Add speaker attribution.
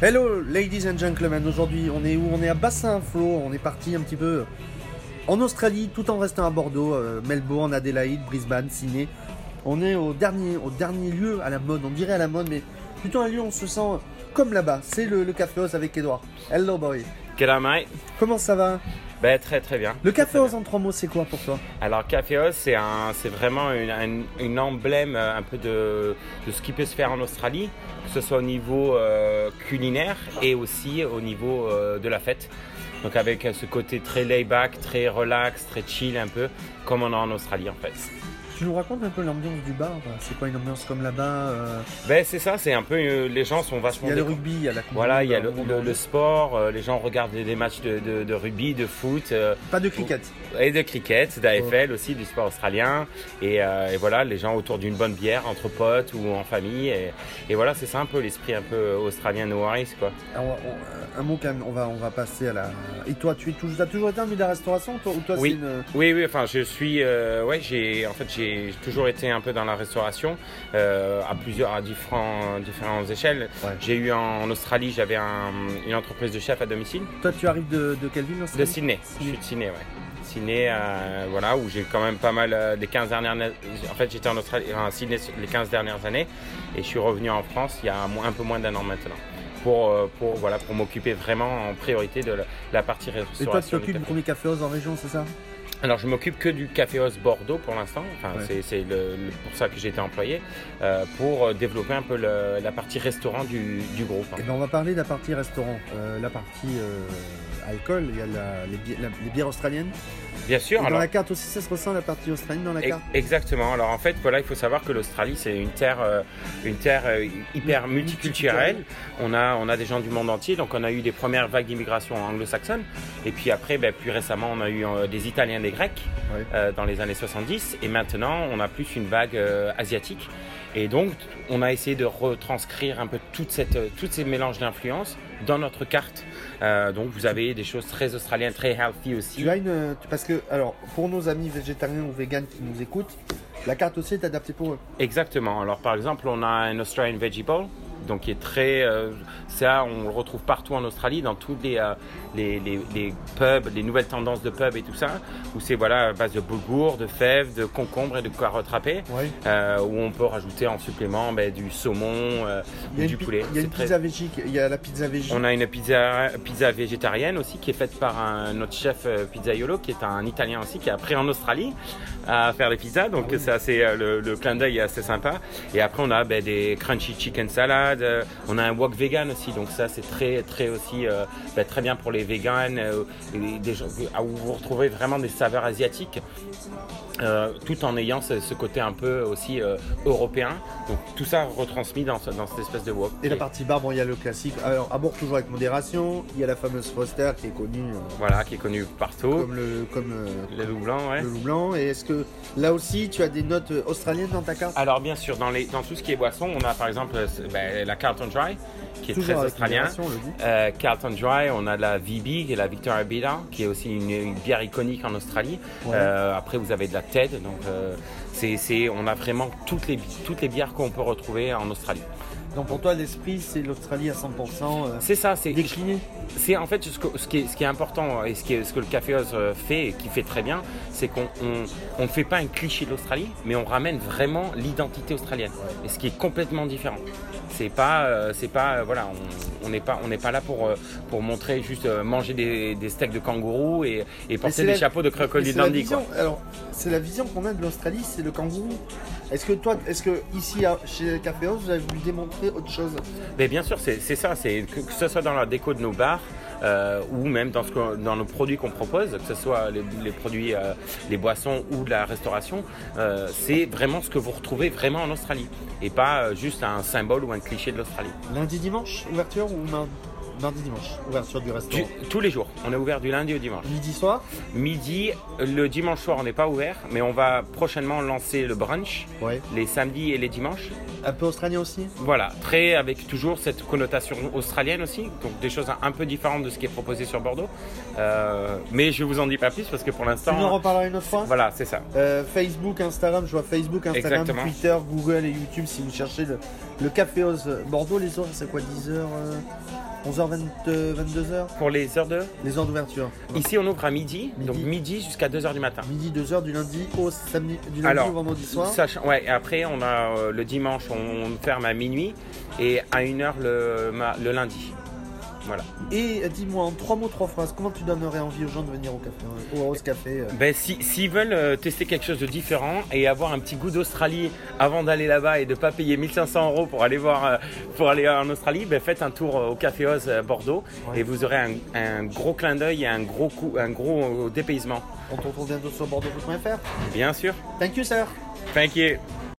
Speaker 1: Hello ladies and gentlemen, aujourd'hui on est où On est à Bassin Flow, on est parti un petit peu en Australie tout en restant à Bordeaux, euh, Melbourne, Adélaïde, Brisbane, Sydney. On est au dernier, au dernier lieu à la mode, on dirait à la mode, mais plutôt un lieu où on se sent comme là-bas. C'est le, le Café House avec Edouard. Hello boy,
Speaker 2: G'day mate.
Speaker 1: comment ça va
Speaker 2: Ben très très bien.
Speaker 1: Le Café House en trois mots c'est quoi pour toi
Speaker 2: Alors Café House, c'est un, c'est vraiment une, un- une emblème euh, un peu de, de ce qui peut se faire en Australie, que ce soit au niveau euh, culinaire et aussi au niveau euh, de la fête. Donc avec euh, ce côté très laid back, très relax, très chill un peu, comme on a en Australie en fait.
Speaker 1: Tu nous racontes un peu l'ambiance du bar quoi C'est quoi une ambiance comme là-bas euh,
Speaker 2: Ben c'est ça, c'est un peu euh, les gens sont
Speaker 1: Il
Speaker 2: vachement.
Speaker 1: y a le
Speaker 2: déco-
Speaker 1: rugby, il y a la coupe du
Speaker 2: Voilà, il y a le,
Speaker 1: monde,
Speaker 2: le- le sport, euh, les gens regardent des, des matchs de, de- de rugby, de foot. euh,
Speaker 1: Pas de cricket.
Speaker 2: Et de cricket, d'AFL aussi, du sport australien. Et, euh, et voilà, les gens autour d'une bonne bière, entre potes ou en famille. Et, et voilà, c'est ça un peu l'esprit un peu australien no worries, quoi.
Speaker 1: Alors, Ah, on- on- un mot quand même, on va, on va passer à la. Et toi, tu es toujours, as toujours été un milieu de la restauration toi, ou toi,
Speaker 2: Oui.
Speaker 1: c'est une.
Speaker 2: Oui, oui, enfin, je suis, euh, ouais, j'ai, en fait, j'ai toujours été un peu dans la restauration, euh, à plusieurs, à différents, différentes échelles.
Speaker 1: Ouais.
Speaker 2: J'ai eu en, en Australie, j'avais un- une entreprise de chef à domicile,
Speaker 1: Toi, tu arrives de, de quelle ville en
Speaker 2: de
Speaker 1: Sydney
Speaker 2: Sydney. Je suis de Sydney, ouais. Sydney, euh, voilà, où j'ai quand même pas mal euh, des 15 dernières années- En fait, j'étais en Australie, enfin, à Sydney les 15 dernières années et je suis revenu en France il y a mo- un peu moins d'un an maintenant pour, euh, pour, voilà, pour m'occuper vraiment en priorité de la, la partie
Speaker 1: Et toi, tu
Speaker 2: restauration. du
Speaker 1: t'occupes du
Speaker 2: café.
Speaker 1: premier café House en région, c'est ça
Speaker 2: Alors, je m'occupe que du Café House Bordeaux pour l'instant. Enfin,
Speaker 1: Ouais.
Speaker 2: c'est- c'est le- le- pour ça que j'ai été employé euh, pour euh, développer un peu le- la partie restaurant du, du groupe. hein.
Speaker 1: Eh bien, on va parler de la partie restaurant, Euh, la partie euh, alcool, il y a la- les, bi- la- les bières australiennes.
Speaker 2: Bien
Speaker 1: Et
Speaker 2: sûr.
Speaker 1: dans
Speaker 2: alors-
Speaker 1: la carte aussi, ça se ressent la partie australienne dans la
Speaker 2: E-
Speaker 1: carte.
Speaker 2: Exactement. Alors en fait, voilà, il faut savoir que l'Australie c'est une terre, euh, une terre euh, hyper multiculturelle. On a, on a des gens du monde entier. Donc on a eu des premières vagues d'immigration anglo-saxonne. Et puis après, ben, plus récemment, on a eu euh, des Italiens, des Grecs
Speaker 1: Ouais.
Speaker 2: euh, dans les années 70. Et maintenant, on a plus une vague euh, asiatique. Et donc, on a essayé de retranscrire un peu toute cette, euh, tous ces mélanges d'influences dans notre carte. Euh, donc, vous avez des choses très australiennes, très healthy aussi.
Speaker 1: Tu as une. tu- Parce que, alors, pour nos amis végétariens ou véganes qui nous écoutent, la carte aussi est adaptée pour eux.
Speaker 2: Exactement. Alors par exemple, on a un Australian Veggie Bowl, donc qui est très, euh, ça, on le retrouve partout en Australie, dans tous les, euh, les, les- les pubs, les nouvelles tendances de pubs et tout ça, où c'est voilà à base de boulgour, de fèves, de concombres et de carottes râpées,
Speaker 1: Ouais.
Speaker 2: euh, où on peut rajouter en supplément ben, du saumon euh,
Speaker 1: Il y a
Speaker 2: ou
Speaker 1: une,
Speaker 2: du
Speaker 1: pi-
Speaker 2: poulet.
Speaker 1: Il y a
Speaker 2: C'est
Speaker 1: une
Speaker 2: très-
Speaker 1: pizza végique, il y a la pizza végique.
Speaker 2: on a une pizza, pizza végétarienne aussi qui est faite par un, notre chef euh, pizzaiolo qui est un Italien aussi qui a appris en Australie à faire les pizzas. Donc
Speaker 1: Ah
Speaker 2: c'est assez, euh, le, le clin d'œil est assez sympa. Et après on a ben, des crunchy chicken salad. euh, On a un wok vegan aussi. Donc ça c'est très très aussi euh, ben, très bien pour les vegans. euh, et des gens- ah, où vous retrouvez vraiment des saveurs asiatiques. euh, tout en ayant ce, ce côté un peu aussi euh, européen. Donc tout ça retransmis dans, ce- dans cette espèce de wok.
Speaker 1: Et la
Speaker 2: Et-
Speaker 1: partie bar, bon, il y a le classique. Alors, à bord toujours avec modération. Il y a la fameuse Foster qui est connue euh,
Speaker 2: Voilà, qui est connu partout.
Speaker 1: comme le comme euh,
Speaker 2: Le loup blanc, Oh. ouais.
Speaker 1: le loup blanc. Et est-ce que là aussi, tu as des notes euh, australiennes dans ta carte
Speaker 2: Alors bien sûr, dans, les, dans tout ce qui est boisson, on a par exemple euh, c'est- ben, la Carlton Dry, qui est
Speaker 1: Toujours
Speaker 2: très
Speaker 1: avec
Speaker 2: australien.
Speaker 1: modération, on le dit.
Speaker 2: Euh, Carlton Dry, on a la VB, qui est la Victoria Bida, qui est aussi une, une bière iconique en Australie.
Speaker 1: Ouais.
Speaker 2: Euh, après, vous avez de la TED, donc euh, c'est- c'est- on a vraiment toutes les, bi- toutes les bières qu'on peut retrouver en Australie.
Speaker 1: Donc pour toi, l'esprit, c'est l'Australie à 100%. euh,
Speaker 2: C'est ça, c'est
Speaker 1: Décliné.
Speaker 2: C'est en fait ce que- ce qui est, ce qui est important et ce, qui est- ce que le Café Oz euh, fait et qui fait très bien, c'est qu'on on- on ne fait pas un cliché de l'Australie, mais on ramène vraiment l'identité australienne. Et ce qui est complètement différent. C'est pas, euh, c'est pas, euh, voilà, on- on n'est pas, on n'est pas là pour euh, pour montrer juste euh, manger des, des steaks de kangourou et, et
Speaker 1: c'est
Speaker 2: porter des
Speaker 1: la-
Speaker 2: chapeaux de
Speaker 1: Mais
Speaker 2: crocodile
Speaker 1: c'est la
Speaker 2: dandy. quoi.
Speaker 1: vision. Alors, c'est la vision qu'on a de l'Australie, c'est le kangourou. Est-ce que toi, est-ce que ici à- chez Café House, vous avez voulu démontrer autre chose
Speaker 2: Mais bien sûr, c'est c'est ça, c'est que, que ce soit dans la déco de nos bars euh, ou même dans, ce qu'on- dans nos produits qu'on propose, que ce soit les, les produits, euh, les boissons ou de la restauration, euh, c'est vraiment ce que vous retrouvez vraiment en Australie et pas euh, juste un symbole ou un cliché de l'Australie.
Speaker 1: Lundi, dimanche, ouverture ou mardi, mardi dimanche, ouverture du restaurant.
Speaker 2: Du- Tous les jours, on est ouvert du lundi au dimanche.
Speaker 1: Midi soir.
Speaker 2: Midi, le dimanche soir, on n'est pas ouvert, mais on va prochainement lancer le brunch
Speaker 1: Ouais.
Speaker 2: les samedis et les dimanches.
Speaker 1: Un peu australien aussi.
Speaker 2: Voilà, très avec toujours cette connotation australienne aussi, donc des choses un- un peu différentes de ce qui est proposé sur Bordeaux. Euh, mais je vous en dis pas plus parce que pour
Speaker 1: Tu nous en
Speaker 2: l'instant,
Speaker 1: reparleras une autre fois.
Speaker 2: voilà, c'est ça.
Speaker 1: Euh, Facebook, Instagram, je vois Facebook, Instagram,
Speaker 2: Exactement.
Speaker 1: Twitter, euh, Google et YouTube si vous cherchez le, le Café Oz Bordeaux. Les horaires, c'est quoi 10h 11h, 22h
Speaker 2: Pour les heures de.
Speaker 1: euh, Les heures d'ouverture.
Speaker 2: Ici, on ouvre à midi, donc
Speaker 1: Midi.
Speaker 2: midi jusqu'à 2h du matin.
Speaker 1: Midi 2h du lundi au samedi, du lundi
Speaker 2: Alors,
Speaker 1: au vendredi soir.
Speaker 2: Sachant- ouais, et après, on a euh, le dimanche, on, on ferme à minuit et à 1h le, ma- le lundi. Voilà.
Speaker 1: Et euh, dis-moi en trois mots, trois phrases, comment tu donnerais envie aux gens de venir au café hein, Au Rose Café euh.
Speaker 2: Ben, si- S'ils veulent euh, tester quelque chose de différent et avoir un petit goût d'Australie avant d'aller là-bas et de ne pas payer 1500 euros pour aller, voir, euh, pour aller en Australie, ben, faites un tour euh, au Café Oz euh, Bordeaux
Speaker 1: Ouais.
Speaker 2: et vous aurez un, un gros clin d'œil et un gros, coup, un gros euh, dépaysement.
Speaker 1: On te retrouve bientôt sur bordeaux.fr.
Speaker 2: Bien sûr.
Speaker 1: Thank you, sir.
Speaker 2: Thank you.